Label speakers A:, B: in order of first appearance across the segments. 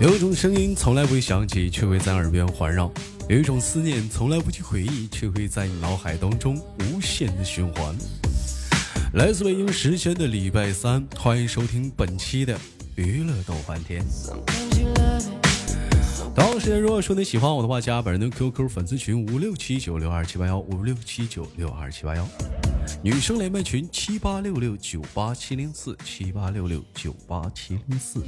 A: 有一种声音从来不会响起，却会在耳边环绕；有一种思念从来不去回忆，却会在你脑海当中无限的循环。来自北京时间的礼拜三，欢迎收听本期的娱乐逗翻天。同样时间，如果说你喜欢我的话，加本人的 QQ 粉丝群五六七九六二七八幺五六七九六二七八幺，女生连麦群七八六六九八七零四七八六六九八七零四，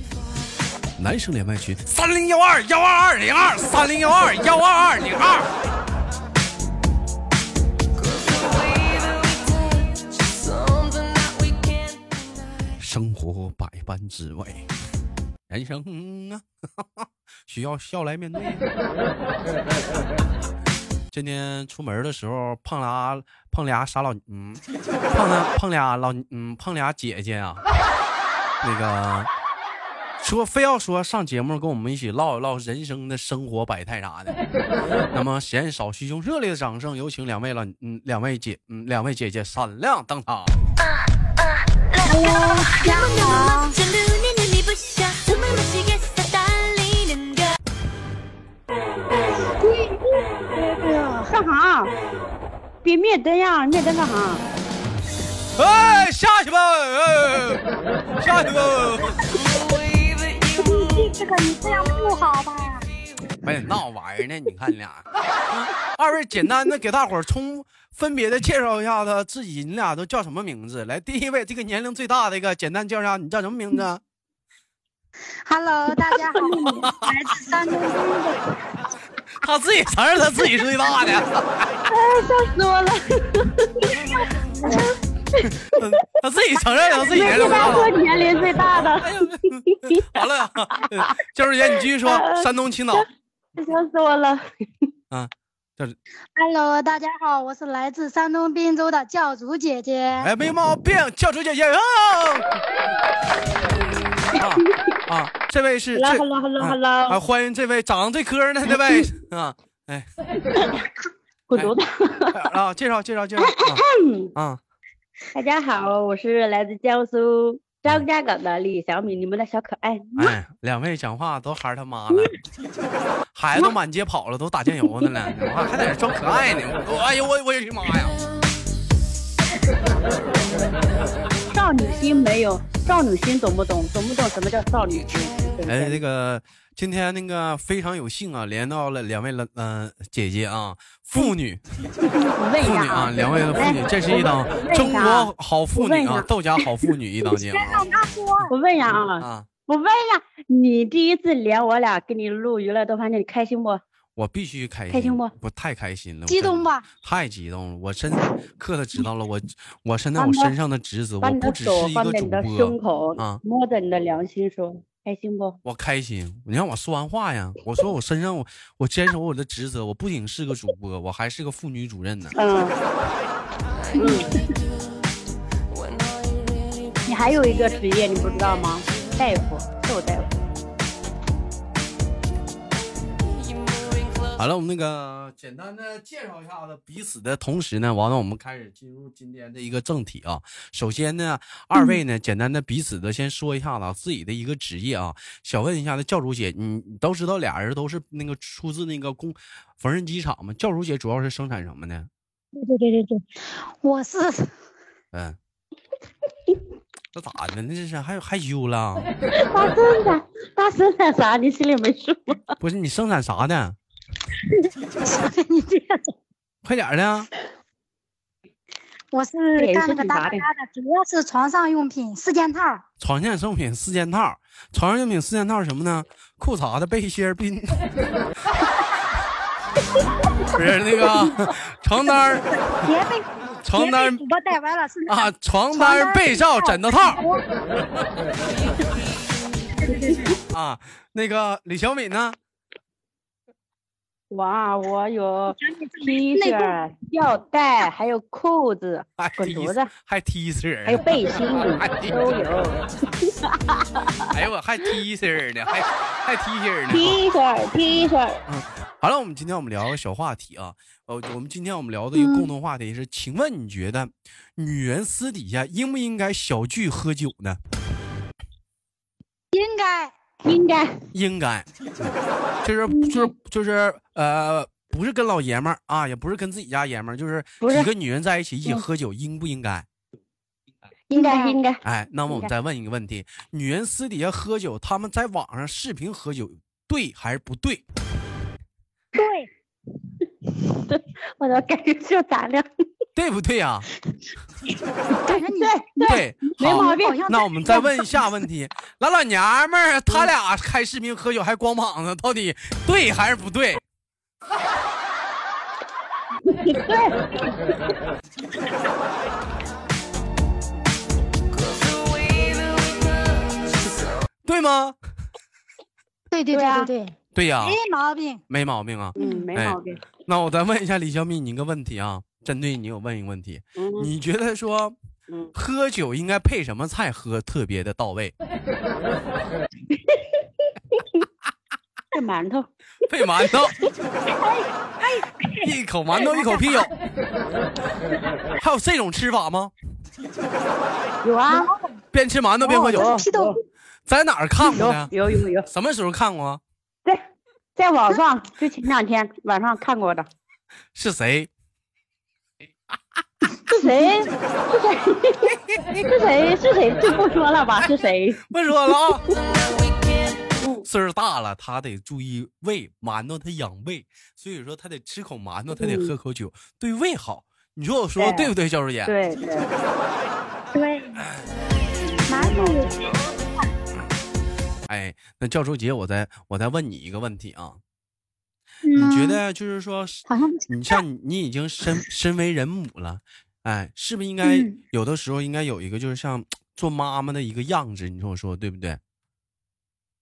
A: 男生连麦群
B: 三零幺二幺二二零二三零幺二幺二二零二。
A: 生活百般滋味，人生啊， 需要笑来面对。 今天出门的时候碰俩碰俩傻老嗯，碰了碰俩老嗯碰俩姐姐啊，那个说非要说上节目跟我们一起唠一唠人生的生活百态啥的。那么嫌少，需用热烈的掌声有请两位老嗯两位姐嗯两位姐姐闪亮登场。
C: 干啥？别灭灯呀！灭灯干啥？
B: 哎，下去吧，哎，下去吧，
C: 这个你这样不好吧？
A: 没闹玩呢，你看你俩。二位简单的给大伙儿冲分别的介绍一下子自己，你俩都叫什么名字？来，第一位这个年龄最大的一个，简单介绍一下，你叫什么名字？
C: Hello，大家好，我来自山东东北。
A: 他自己承认他自己是最大的，
C: 哎，笑死我了！
A: 他自己承认他自己年龄
C: 是
A: 最大
C: 他
A: 了
C: 说。年龄最大的，
A: 完了，呃教授姐，你继续说，山东青岛，
C: 笑死我了。
A: 嗯，这是
C: Hello，大家好，我是来自山东滨州的教主姐姐。
A: 哎，没毛病，教授姐姐啊。啊啊，这位是这
C: Hello，Hello，Hello，Hello，
A: 啊，欢迎这位长得最磕碜的这位啊，哎。
C: 滚犊子！
A: 哎啊，介绍介绍介绍啊啊！
C: 大家好，我是来自江苏张家港的李小米，你们的小可爱。
A: 哎，两位讲话都孩儿他妈了，孩子都满街跑了，都打酱油呢了，我还在这装可爱呢！我哎呦我我的妈呀！
C: 少女心没有，少女心懂不懂？懂不懂什么叫少女心？对不
A: 哎，
C: 对？
A: 那个今天那个非常有幸啊，连到了两位了嗯、姐姐啊，妇女
C: 我问一
A: 妇
C: 下
A: 女啊，两位的妇女，这是一档中
C: 啊
A: 国好妇女啊，豆家好妇女一档节目
C: 我问一下啊，
A: 啊，
C: 我问一下，你第一次连我俩跟你录娱乐豆瓣，你开心不？
A: 我必须开心，
C: 开心不
A: 我太开心了，
D: 激
A: 我真的
D: 动吧？
A: 太激动了，我身刻的知道 了，我我身在
C: 把
A: 我
C: 你的
A: 身上的职责，
C: 把
A: 我
C: 你
A: 不
C: 的
A: 只
C: 手
A: 是一
C: 放
A: 个
C: 在
A: 主
C: 你的
A: 播，
C: 胸口
A: 啊，
C: 摸着你的良心说，开心不？
A: 我开心。你让我说完话呀，我说我身上我我坚守我的职责，我不仅是个主播，我还是个妇女主任呢。
C: 嗯，嗯。你还有一个职业，你不知道吗？大夫，臭大夫。
A: 好了，我们那个简单的介绍一下子彼此的同时呢，完了我们开始进入今天的一个正题啊。首先呢，二位呢简单的彼此的先说一下子啊自己的一个职业啊，想问一下子教主姐，你你都知道俩人都是那个出自那个工缝纫机厂嘛？教主姐主要是生产什么呢？
D: 对对对对，我是
A: 嗯，这咋的呢？这是还害羞了？
C: 他生产，他生产啥？你心里没数吗？
A: 不是你生产啥的？
D: 你这样子，
A: 快点儿的！
D: 我是
C: 也是
D: 干那
C: 警
D: 个
C: 察
D: 大
C: 的
D: 哥大的，主要是床上用品四件套儿，
A: 床上用品四件套，床上用品四件套是什么呢？裤衩子、背心儿、冰， 不是那个床单儿、
D: 别被
A: 床
D: 别
A: 单
D: 被
A: 儿
D: 主播带歪了，是那
A: 啊，
D: 个
A: 床单儿、被罩、枕头套
D: 我
A: 啊。那个李小敏呢？
C: 哇，我有 T
D: 内
C: 恤、吊带，还有 裤子，
A: 还
C: 滚
A: T
C: 犊子
A: 哎还 T 恤，
C: 还有背 心都有。
A: 哎呦我还 T 恤呢，还还 T 恤呢。
C: T 恤、T 恤，
A: 好了，我们今天我们聊个小话题啊，呃，我们今天我们聊的一个
C: 嗯
A: 共同话题是，请问你觉得女人私底下应不应该小聚喝酒呢？
D: 应该应该
A: 应该， 就是就是就是呃，不是跟老爷们儿啊，也不是跟自己家爷们儿，就是
C: 不是嗯
A: 几个女人在一起一起喝酒，应不应该？
C: 应该应该
A: 哎，那么我
C: 应
A: 们再问一个问题：女人私底下喝酒，她们在网上视频喝酒，对还是不对？
D: 对。
C: 我的感觉就咱俩
A: 对不对呀、
D: 感觉你
A: 对，
D: 没
A: 好
D: 毛病好像
A: 那
D: 在
A: 我们再问一下问题：老老娘们儿，她俩开视频喝酒还光膀子，到底对还是不对？对吗？
E: 对对
D: 对啊
E: 对对对，
A: 对呀、
D: 没毛病。
A: 没毛病啊。
C: 嗯没
A: 哎
C: 毛病，
A: 那我再问一下李小米，你一个问题啊，针对你我问一个问题，
C: 嗯
A: 你觉得说
C: 嗯
A: 喝酒应该配什么菜喝特别的到位？
C: 是馒头，
A: 配馒头，哎一口馒头一口啤酒，还有这种吃法吗？
C: 有啊，
A: 边吃馒头边喝酒，
C: 有
D: 批斗
A: 在哪儿看过的？
C: 有有有有，
A: 什么时候看过？
C: 在在网上就前两天晚上看过的，
A: 是谁？
C: 是谁？是谁？ 是谁？是谁？就不说了吧，是谁？
A: 不说了 啊。岁数大了，他得注意胃，馒头他养胃，所以说他得吃口馒头，他得
D: 嗯
A: 喝口酒，对胃好。你说我说
D: 啊
A: 的
C: 对
A: 对不对，教授姐？
C: 对对，
D: 对，哪里
A: 哎，那教授姐，我再我再问你一个问题啊，
D: 嗯
A: 你觉得就是说，
D: 好像
A: 你像你你已经身身为人母了，哎，是不是应该、
D: 嗯
A: 有的时候应该有一个就是像做妈妈的一个样子？你说我说对不对？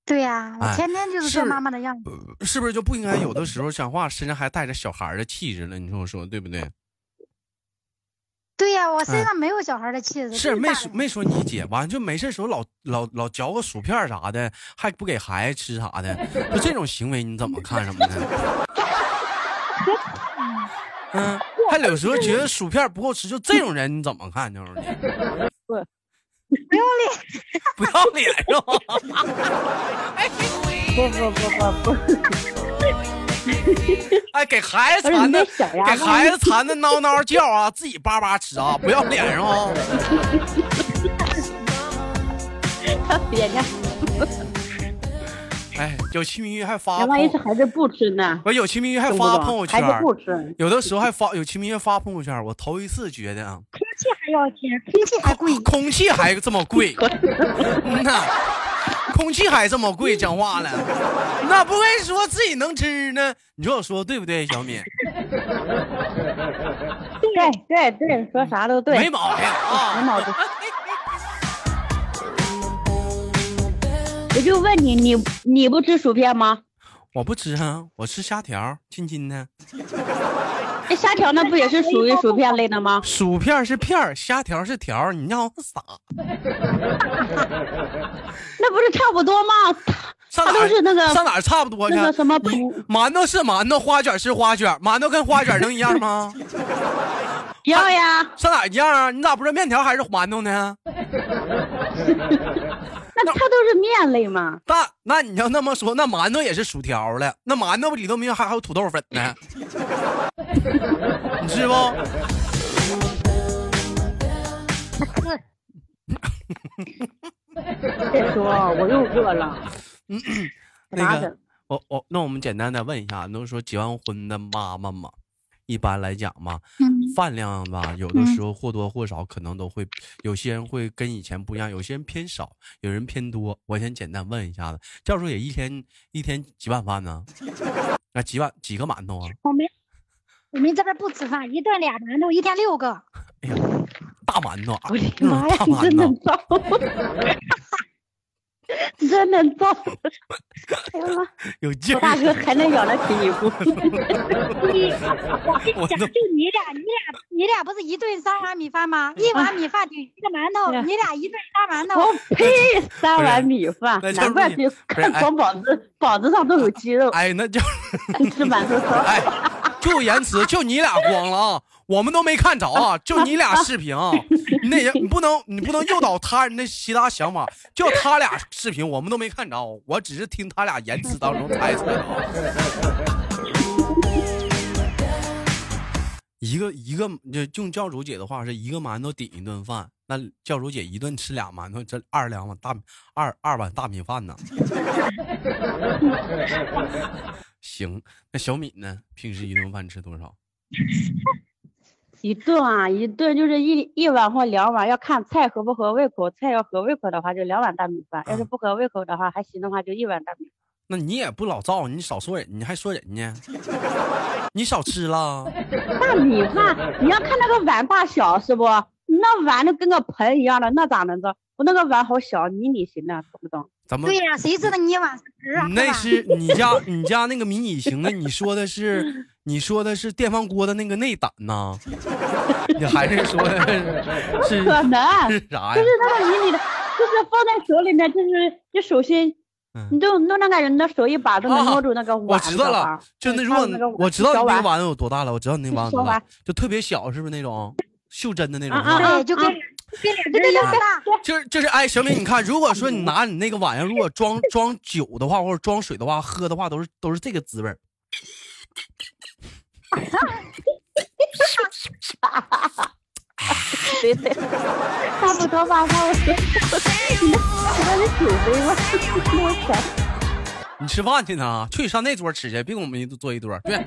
D: 对呀、
A: 哎
D: 我天天就是做
A: 是
D: 妈妈的样子。
A: 呃是不是就不应该有的时候讲话身上还带着小孩儿的气质了？你说我说对不对？
D: 对呀、我
A: 哎
D: 身上没有小孩的气质。
A: 是
D: 都
A: 没
D: 大
A: 说
D: 人
A: 没说你姐，完就没事时候老老老嚼个薯片儿啥的，还不给孩子吃啥的，就这种行为你怎么看什么的？ 嗯，还有时候觉得薯片儿不够吃，就这种人你怎么看？就是你
C: 不
A: 不要脸是吧？
C: 不不不不不，
A: 哎，给孩子
C: 不是
A: 馋
C: 你
A: 的，
C: 这小
A: 给
C: 丫头
A: 孩子馋的嗷嗷叫啊，自己叭叭吃啊，不要脸是吧？
C: 人家
A: 哎，有其名曰还发
C: 人万一是
A: 朋，
C: 孩子不吃呢？
A: 我有其名曰还
C: 懂不
A: 发
C: 懂
A: 朋友
C: 孩
A: 圈
C: 子
A: 儿，
C: 不吃，
A: 有的时候还发有其名曰发朋友圈儿，我头一次觉得啊。
D: 空气还要钱，空气还贵。
A: 空气还这么贵，嗯呐，空气还这么贵，讲话了，那不会说自己能吃呢？你说我说对不对，小敏？
C: 对对对，说啥都对，
A: 没毛病
C: 没
A: 啊。
C: 毛病。我就问你，你你不吃薯片吗？
A: 我不吃啊，我吃虾条，亲亲的。
C: 那虾条那不也是属于薯片类的吗？
A: 薯片是片儿，虾条是条儿，你让我傻。
C: 那不是差不多吗？
A: 上哪
C: 它
A: 儿
C: 都是那个
A: 上哪儿差不多去？
C: 那个什么
A: 你馒头是馒头，花卷是花卷，馒头跟花卷能一样吗？
C: 要呀，
A: 上哪儿一样啊？你咋不知道面条还是馒头呢？
C: 那它都是面类嘛。
A: 那那你要那么说，那馒头也是薯条了。那馒头里头明明还还有土豆粉呢， 你吃不？
C: 再说我又饿了，
A: 那
C: 啥
A: 个
C: 的，
A: 我我那我们简单的问一下，都说结完婚的妈妈嘛，一般来讲嘛，
D: 嗯，
A: 饭量吧，有
C: 嗯
A: 的时候或多或少可能都会，有些人会跟以前不一样，有些人偏少，有人偏多。我先简单问一下子，教授也一天一天几碗饭呢？那、几碗几个馒头啊？
D: 我们我们这边不吃饭，一顿俩馒头，一天六 个。
A: 哎呀，大馒头啊！
C: 我的
A: 那种
C: 妈呀
A: 大，
C: 你
A: 馒
C: 真能
A: 头，
C: 造，真能造！哎呀妈，
A: 有劲
C: 我
A: 儿。
C: 大哥还能养得起你不？
D: 你，我跟
A: 我
D: 你讲，
A: 都
D: 就你俩，你俩，你俩不是一顿三碗米饭吗？一碗米饭顶一个馒头，
C: 嗯
D: 你俩一顿三馒头。
C: 我呸！三碗米饭
A: 那，就是
C: 难怪
A: 你不
C: 这
A: 是哎
C: 看光膀子，膀子上都有肌肉，
A: 哎，那叫
C: 吃馒头骚。
A: 哎，就言辞，就你俩光了啊！我们都没看着啊，就你俩视频啊！你得你不能你不能诱导他人的其他想法，就他俩视频我们都没看着，我只是听他俩言辞当中猜测的啊。一个一个就用教主姐的话是一个馒头顶一顿饭，那教主姐一顿吃俩馒头，这二两碗大米二二碗大米饭呢。 行，那小敏呢？平时一顿饭吃多少？
C: 一顿啊，一顿就是一一碗或两碗，要看菜合不合胃口。菜要合胃口的话，就两碗大米饭；
A: 嗯
C: 要是不合胃口的话，还行的话就一碗大米饭。
A: 那你也不老造，你少说人，你还说人 家，你少吃了。
C: 大米饭你要看那个碗大小是不？那碗都跟个盆一样的，那咋能着？我那个碗好小，迷你型的，懂不懂？
A: 咱们
D: 对呀、谁知道你晚上吃啊？
A: 你
D: 对
A: 那
D: 吧
A: 是你家你家那个迷你型的，你说的 是你说的是电饭锅的那个内胆呐？你还是说 的是
C: 可能
A: 是是啥
C: 就
A: 呀
C: 是？那个迷你的，就是放在手里面，就是就手心，
A: 嗯
C: 你就弄那个人的手一把都能
A: 啊
C: 摸住那个碗、
A: 我知道了，就那如果
C: 那个碗
A: 我知道你那
C: 小
A: 个碗有多大了，我知道你那碗有多
C: 小
A: 大
C: 碗，
A: 就特别小，是不是那种袖珍的那种？
C: 啊
A: 是吧
C: 啊
D: 对，就跟
C: 啊
D: 跟脸这样大，
A: 就是就是，哎，小敏，你看，如果说你拿你那个碗上，如果装装酒的话，或者装水的话，喝的话，都是都是这个滋味儿。
C: 对 对，差不多吧，差不多。你那是酒杯吗？那我 想
A: 你吃饭去呢？去上那桌吃去，别跟我们一桌坐一桌。对，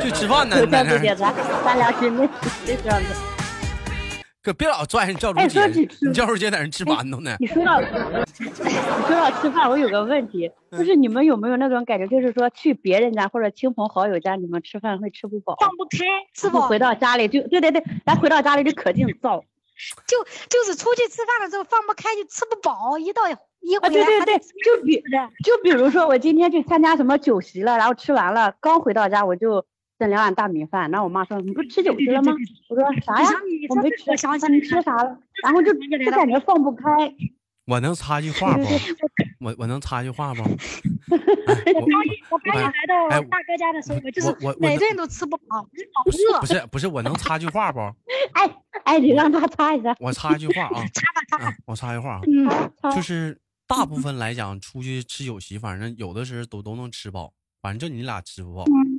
A: 去吃饭呢，你在
C: 教
A: 那
C: 主姐，
A: 儿，
C: 咱咱俩姐妹就这样子。
A: 可别老拽人教主
C: 哎
A: 姐
C: 说起，吃
A: 你教主姐在那吃馒头 呢。
C: 你说到你说到吃饭，我有个问题，就是你们有没有那种感觉，就是说去别人家或者亲朋好友家，你们吃饭会吃不饱？
D: 放不开，是
C: 然后
D: 不？
C: 回到家里就对对对，咱回到家里就可劲造
D: 就就是出去吃饭的时候放不开，就吃不饱，一到一
C: 啊！
D: 回
C: 对
D: 来
C: 对
D: 还
C: 对，
D: 得吃
C: 就比
D: 的。
C: 就比如说我今天去参加什么酒席了，然后吃完了，刚回到家我就整两碗大米饭，然后我妈说你不吃酒席了吗？我说啥呀
D: 小？米，
C: 我没吃，
D: 我想起
C: 那你
D: 来
C: 吃
D: 了，
C: 啥了？然后就就感觉放不开，
A: 我能插句话不？我我能插句话不？哎我
D: 我刚一来到
A: 哎
D: 我大哥家的时候，我就
A: 我我
D: 是
A: 我
D: 哪顿都吃不饱，我就老
A: 我
D: 饿
A: 不。是不是，我能插句话不？
C: 哎哎，你让他擦一下，
A: 我插一句话啊，
D: 擦吧擦吧，
A: 啊我插一句话啊，
C: 嗯，
A: 就
C: 擦
A: 是大
C: 嗯
A: 部分来讲，出去吃酒席，反正有的时候都都能吃饱，反正就你俩吃不饱。
C: 嗯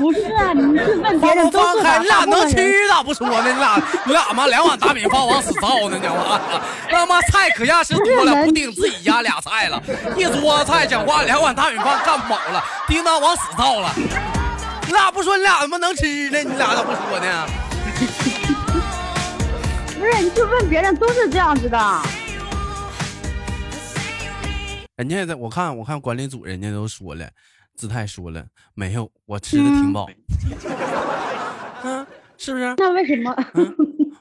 C: 不是啊，你去问别人
A: 放
C: 都
A: 放
C: 是
A: 开，
C: 吧
A: 你俩能
C: 大部分人
A: 吃咋不说呢？你 俩你俩妈两碗大米饭往死造呢，你妈那妈菜可下是多了，不顶自己家俩菜了，一桌菜讲话两碗大米饭干不饱了，叮当往死造了。你俩不说你俩他妈能吃呢？你俩咋不说呢？
C: 不是你去问别人都是这样子的，
A: 人家在我看我看管理组人家都说了，姿态说了没有，我吃的挺饱。 嗯，是不是？
C: 那为什么
A: 嗯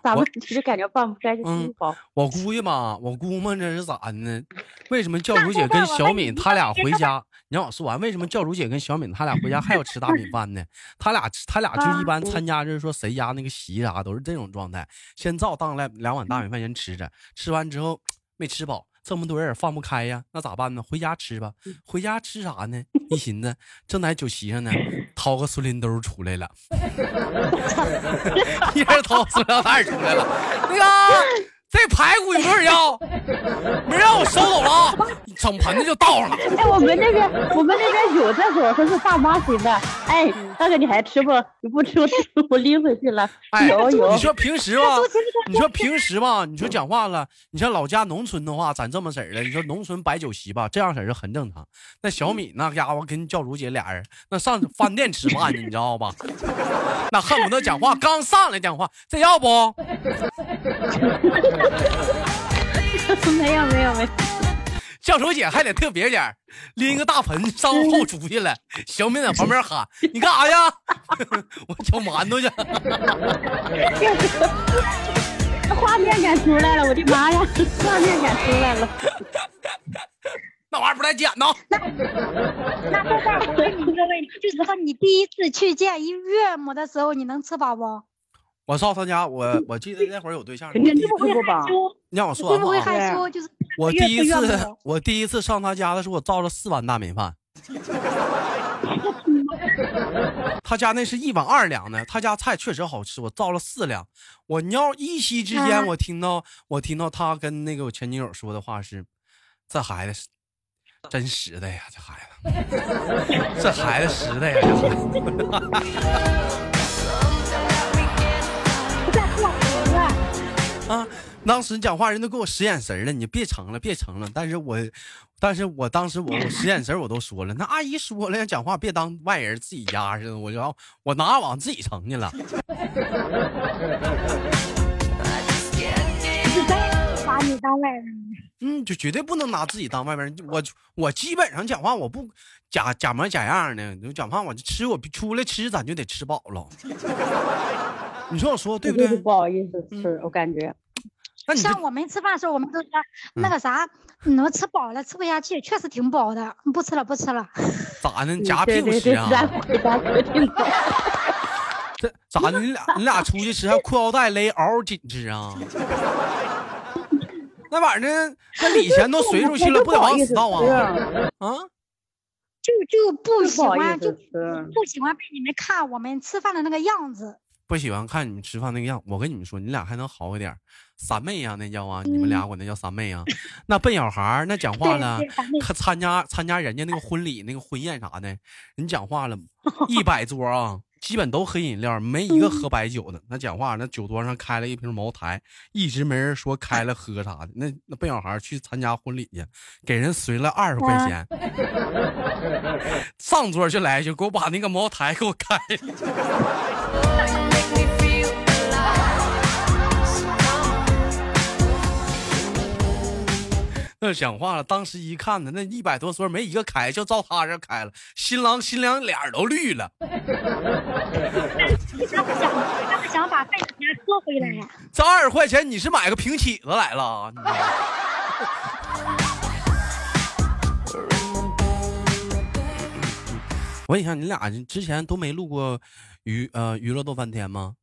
C: 咱
A: 我
C: 们只是感觉放不开就吃
A: 嗯
C: 不饱？
A: 我估计吧，我估摸着是咋的呢？为什么教主姐跟小敏她俩回家？你让我说完，为什么教主姐跟小敏她俩回家还要吃大米饭呢？她俩吃，她俩就一般参加，就是说谁家那个席啥都是这种状态，先造当来两碗大米饭先吃着，吃完之后没吃饱，这么多人也放不开呀，那咋办呢？回家吃吧，回家吃啥呢？一寻思，正在酒席上呢，掏个塑料兜出来了。 一人掏塑料袋出来了。哎那个，这排骨有多少要？没让我收走了啊，整盆子就倒上了。
C: 哎，我们那边我们那边有这种，说是大妈型的。哎，大哥你还吃不？你不吃我我拎回去了。
A: 哎
C: 有，有
A: 你，说平时吧
D: 那都行了，
A: 你说平时吧，你说讲话了，你像老家农村的话，咱这么式儿的，你说农村摆酒席吧，这样式儿是很正常。那小米那家伙跟教主姐俩人，那上饭店吃饭去，你知道吧？ 那恨不得讲话刚上来讲话，这要不？
C: 没有没有没有，
A: 教主姐还得特别点儿，拎个大盆上后厨去了。小敏在旁边喊：“你干啥呀？” 我挑馒头去。
C: 画面感出来了，我的妈呀，画面感出来了。
A: 那玩意儿不带捡呢。
D: 那豆瓣，我问你一个问题，就是说你第一次去见一岳母的时候，你能吃饱不？
A: 我上他家，我我记得那会儿有对象。
C: 肯定
A: 你
C: 吃不饱，
A: 让我说
D: 会
A: 完
D: 不会
A: 话啊。
D: 害羞？就是
A: 我
D: 越
A: 第一
D: 吃越
A: 次
D: 猛，
A: 我第一次上他家的时候，我造了四碗大米饭。他家那是一碗二两的，他家菜确实好吃，我造了四两。我尿一夕之间，我听到我听到他跟那个我前女友说的话是：这孩子是真实的呀，这孩子，这孩子实在呀，这孩子。啊，当时讲话人都给我使眼神儿了，你别成了，别成了。但是我，但是我当时我我使眼神儿我都说了，那阿姨说了，讲话别当外人，自己家似的。我就要我哪往自己成去了？
D: 把你当外人，
A: 嗯，就绝对不能拿自己当外边人。我我基本上讲话我不假假模假样的，就讲话我就吃我出来吃咱就得吃饱了。你说我说对不对？
C: 就是不好意思吃，我感觉。
A: 那你就
D: 像我们吃饭的时候，我们都说那个啥，
A: 嗯
D: 你们吃饱了，吃不下去，确实挺饱的，不吃了，不吃了。
A: 咋的？你夹屁股
C: 对
A: 吃
C: 对对
A: 啊？
C: 咱回答可挺好。
A: 这咋的？你俩你俩出去吃还裤腰带勒嗷紧致啊？那玩意儿呢，那礼钱都随出去了，不得往死倒啊？啊，
D: 就就不喜
C: 不好意
D: 欢，
C: 思
D: 就
C: 吃，
D: 不喜欢被你们看我们吃饭的那个样子。
A: 不喜欢看你们吃饭那个样。我跟你们说，你俩还能好一点儿，三妹呀、那叫啊，你们俩管那叫三妹啊。那笨小孩儿，那讲话了
D: 对 对三妹，
A: 他参加参加人家那个婚礼、那个婚宴啥的，人讲话了，一百桌啊，基本都喝饮料，没一个喝白酒的。那讲话，那酒桌上开了一瓶茅台，一直没人说开了喝啥的。那那笨小孩儿去参加婚礼去，给人随了二十块钱，上桌就来一句，给我把那个茅台给我开了。 那讲话了，当时一看呢，那一百多桌没一个开，就照他这开了，新郎新娘脸儿都绿了。
D: 他们想，他们想把饭钱喝回来呀。
A: 这二十块钱你是买个平起子来了啊？你我问一下，你俩之前都没录过娱呃娱乐逗翻天吗？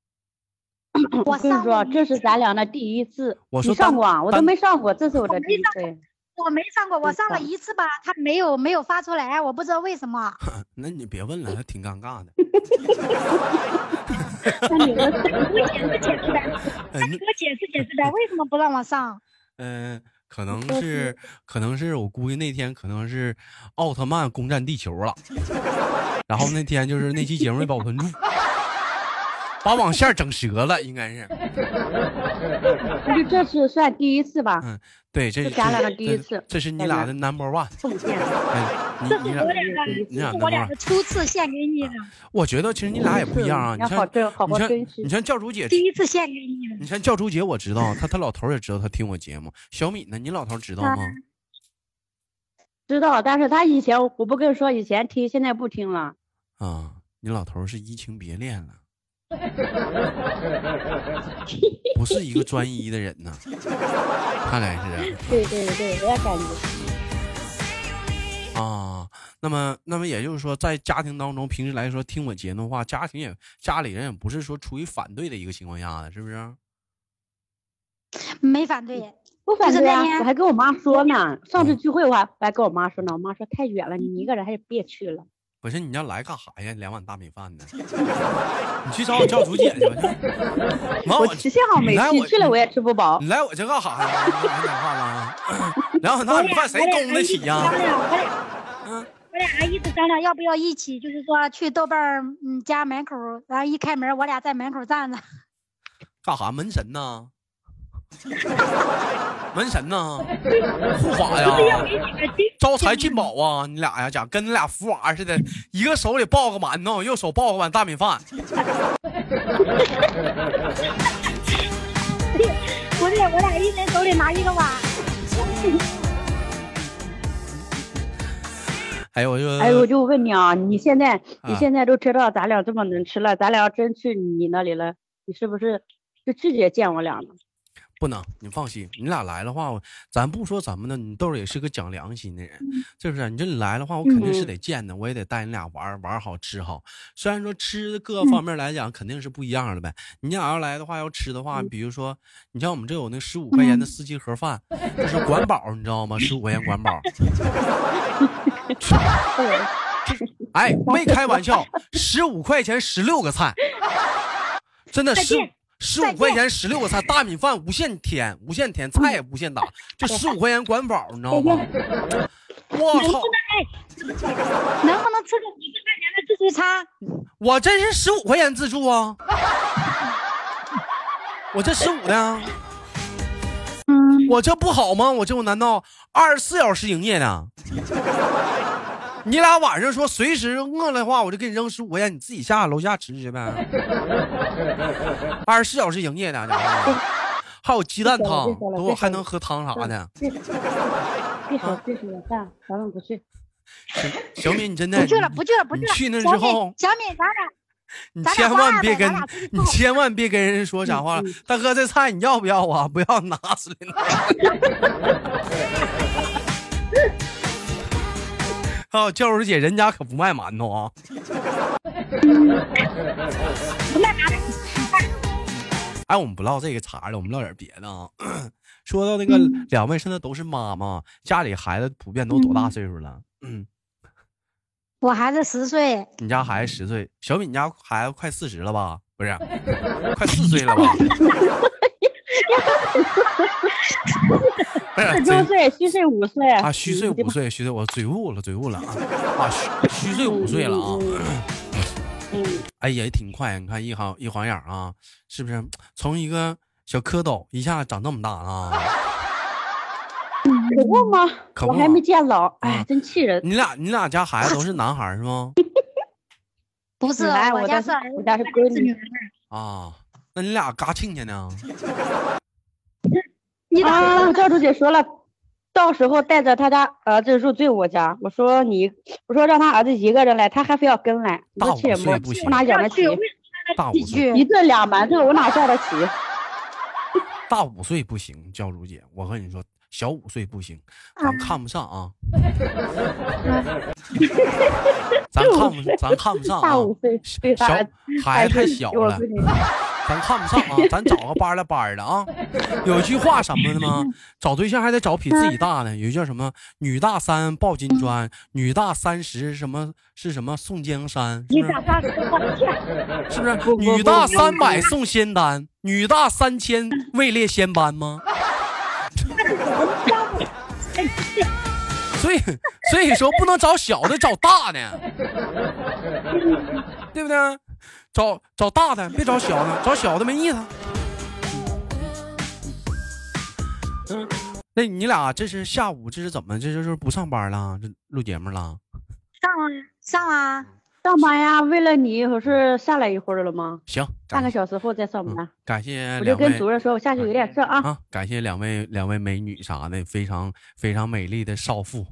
D: 我
C: 我跟你
D: 上过
C: 说，这是咱俩的第一次。
A: 我说
C: 你上
A: 单
C: 过啊？我都
A: 单
C: 没上过，这是我的第一
D: 我
C: 次。
D: 我没上过，我上了一次吧，他没有没有发出来，我不知道为什么。
A: 那你别问了，还挺尴尬的。
D: 那你们给我解释解释呗，
A: 哎
D: 那你给我解释解释呗，为什么不让我上？
A: 嗯、可能 是可能是我估计那天可能是奥特曼攻占地球了，然后那天就是那期节目没保存住， 把网线整折了，应该是。
C: 就这是算第一次吧，
A: 嗯，对，这
C: 就是咱俩
A: 这
C: 的第一
A: 这
C: 次
A: 这是你
C: 咱
A: 俩
C: 俩
A: 的 number one。
C: 奉献。
A: 哎，你
D: 这是
A: 你
D: 我
A: 俩，
D: 俩的，
A: 你俩 number
D: 这是啊我俩
A: one
D: 的初次献给你的，
A: 我觉得其实你俩也不一样啊。
C: 是
A: 你
C: 嗯要好
A: 像
C: 珍好
A: 你
C: 好
A: 像
C: 珍惜
A: 你像教主姐，
D: 第一次献给你的。
A: 你像教主姐，我知道她，她老头儿也知道她听我节目。小米呢？你老头儿知道吗？
C: 知道，但是他以前我不跟你说，以前听，现在不听了。
A: 啊，你老头儿是移情别恋了，不是一个专一的人呐。看来是
C: 对对对，我也感觉
A: 啊啊。那么，那么也就是说，在家庭当中，平时来说听我节目的话，家庭也家里人也不是说出于反对的一个情况下的，是啊不是？
D: 没反对，
C: 不反
D: 就是
C: 对
D: 那
C: 啊
D: 天，
C: 我还跟我妈说呢。上次聚会我还我还跟我妈说呢，我妈说太远了，你一个人还是别去了。
A: 不是你要来干啥呀？两碗大米饭呢？你去找我教主姐去吧。去完
C: 我
A: 我
C: 去幸好没
A: 哦来
C: 去
A: 我，
C: 去了我也吃不饱。
A: 你来我这干啥呀？你俩讲话了，两碗大米饭谁供得起呀、
D: 我俩我俩
A: 啊
D: 我俩还一直商量要不要一起，就是说去豆瓣儿嗯家门口，然后一开门，我俩在门口站着。
A: 干啥门神呢？门神呢？护法呀？招财进宝啊！你俩呀，讲跟你俩福娃似的，一个手里抱个馒头，右手抱个碗大米饭。
D: 不是，我俩一人手里拿一个碗。
A: 哦哎呦我就，
C: 哎，我就问你啊，你现在你
A: 啊
C: 现在都知道咱俩这么能吃了，咱俩要真去你那里了，你是不是就拒绝见我俩了？
A: 不能，你放心，你俩来的话，我咱不说咱们的，你豆儿也是个讲良心的人，是不是？你这你来的话，我肯定是得见的，我也得带你俩玩儿玩儿好吃好。虽然说吃的各方面来讲肯定是不一样的呗，你俩要来的话，要吃的话，比如说，你像我们这有那十五块钱的司机盒饭，就是管饱，你知道吗？十五块钱管饱，
C: 对，
A: 哎，没开玩笑，十五块钱十六个菜，真的
D: 再
A: 十
D: 见嗯
A: 十五块钱十六个菜，大米饭无限添，无限添，菜也无限打，就十五块钱管饱，你知道吗？我
D: 能不
A: 操
D: 能！哎， 能不能吃个一块钱的自助餐？
A: 我这是十五块钱自助啊，我这十五呢，
D: 嗯，
A: 我这不好吗？我这我难道二十四小时营业呢？你俩晚上说随时饿了的话，我就给你扔十五块钱，你自己下楼下吃去呗。二十四小时营业呢，这玩意儿还有鸡蛋汤，
C: 别说了别说了
A: 等我还能喝汤啥的。
C: 别说别说了，算了，咱们不去。
A: 小米，你真的
D: 不去了，不去了，不去
A: 哎你
D: 了。
A: 去那
D: 小
A: 之
D: 米
A: 后
D: 小米，咱俩
A: 你
D: 咱俩
A: 千
D: 花
A: 万
D: 二
A: 别
D: 百咱
A: 跟
D: 俩自己
A: 你
D: 凑
A: 千万别跟人
D: 嗯
A: 说啥话了，大哥，这菜你要不要啊？不要拿出来 还有哦教主姐，人家可不卖馒头 啊！
D: 不卖啥的。
A: 哎，我们不唠这个茬了，我们唠点别的啊。 说到那个，
D: 嗯
A: 两位现在都是妈妈，家里孩子普遍都多大岁数了？嗯，
D: 我孩子十岁，
A: 你家孩子十岁，小敏家孩子快四十了吧？不是，快四岁了吧？ 不是，
C: 四
A: 真
C: 周岁，虚岁五岁
A: 哎啊，虚岁五岁，虚岁，我嘴误了，嘴误了啊，啊，虚虚岁五岁了啊，
C: 嗯，
A: 哎呀，也挺快，你看一行一晃眼儿啊，是不是从一个小蝌蚪一下长那么大了啊？
C: 可不吗？
A: 可
C: 我
A: 不
C: 还
A: 嘛
C: 没见老，
A: 啊
C: 哎，真气人。
A: 你俩你俩家孩子都是男孩儿是吗？
D: 不是
C: 来我家
D: 家是
C: 是
D: 儿子，
C: 我家是闺
D: 是
C: 女
D: 女儿。
A: 啊，那你俩嘎亲家呢？
D: 你咋知道
C: 啊，
D: 的？
C: 教主姐说了，到时候带着他家儿子入赘我家。我说你，我说让他儿子一个人来，他还非要跟来，你
A: 大
C: 说
A: 五
C: 气人
A: 岁
C: 不
A: 不？行
C: 我哪养得起
D: 去？？我为什
A: 大
D: 么
A: 五
D: 自己
A: 岁，
D: 去？
C: 一顿俩馒头，我哪下得起？
A: 大五岁不行，教主姐，我和你说，小五岁不行，咱看不上啊，咱 看不咱看不上啊
C: 大，五岁对
A: 小
C: 他儿子
A: 孩子太
C: 儿
A: 小
C: 我
A: 了
C: 闺。女
A: 咱看不上啊，咱找个班儿的班儿的啊。有句话什么的吗？找对象还得找比自己大的。有句叫什么“女大三抱金砖，女大三十什么是什么送江山”，
D: 你
A: 是不
D: 咋上？我的天！
A: 是？是不是？女大三百送仙丹，女大三千位列仙班吗？所以，所以说不能找小的，找大的，对不对？找找大的，别找小的，找小的没意思。嗯，那你俩这是下午这是怎么？这就是不上班了，这录节目了？
D: 上啊上啊！
C: 上班呀，为了你，我是下来一会儿了吗？
A: 行，
C: 半
A: 感
C: 个
A: 谢
C: 小时后再上班
A: 嗯。感谢
C: 我就
A: 两
C: 跟主
A: 位
C: 任说，我下去有点事儿啊。
A: 啊，感谢两位两位美女啥的，非常非常美丽的少妇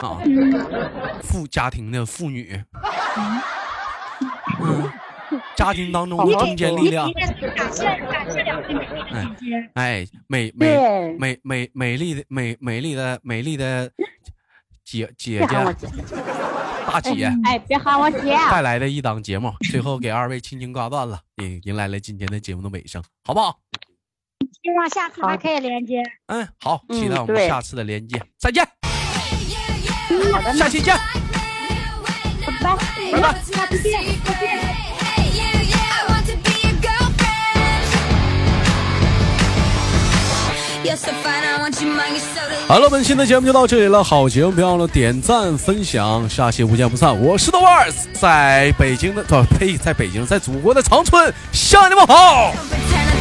A: 啊，妇家庭的妇女，嗯，家庭当中
C: 好
A: 的
D: 你
C: 好
D: 得
A: 中
D: 你
A: 坚力量
D: 你。得感谢感谢两位美丽的姐姐。
A: 哎，美美
C: 对，
A: 美美美丽的美美丽的美丽的姐姐
C: 别喊我
A: 姐
C: 姐，
A: 大姐
C: 哎，别喊我姐。
A: 带来的一档节目，最后给二位轻轻挂断了，也迎来了今天的节目的尾声，好不好？
D: 希望下次还可以连接。
A: 嗯，好，期待
C: 嗯
A: 我们
C: 对
A: 下次的连接，再见，
C: 好的，
A: 下期见。
C: 拜拜。
E: Hey, yeah, yeah, I want to be your girlfriend. You're so fine, I want you, mine, you're so delicious.
A: 好了，本期的节目就到这里了，好节目别忘了点赞分享，下期不见不散。我是豆瓣儿，在北京的，不呸，在北京，在祖国的长春向你们好。
E: Don't pretend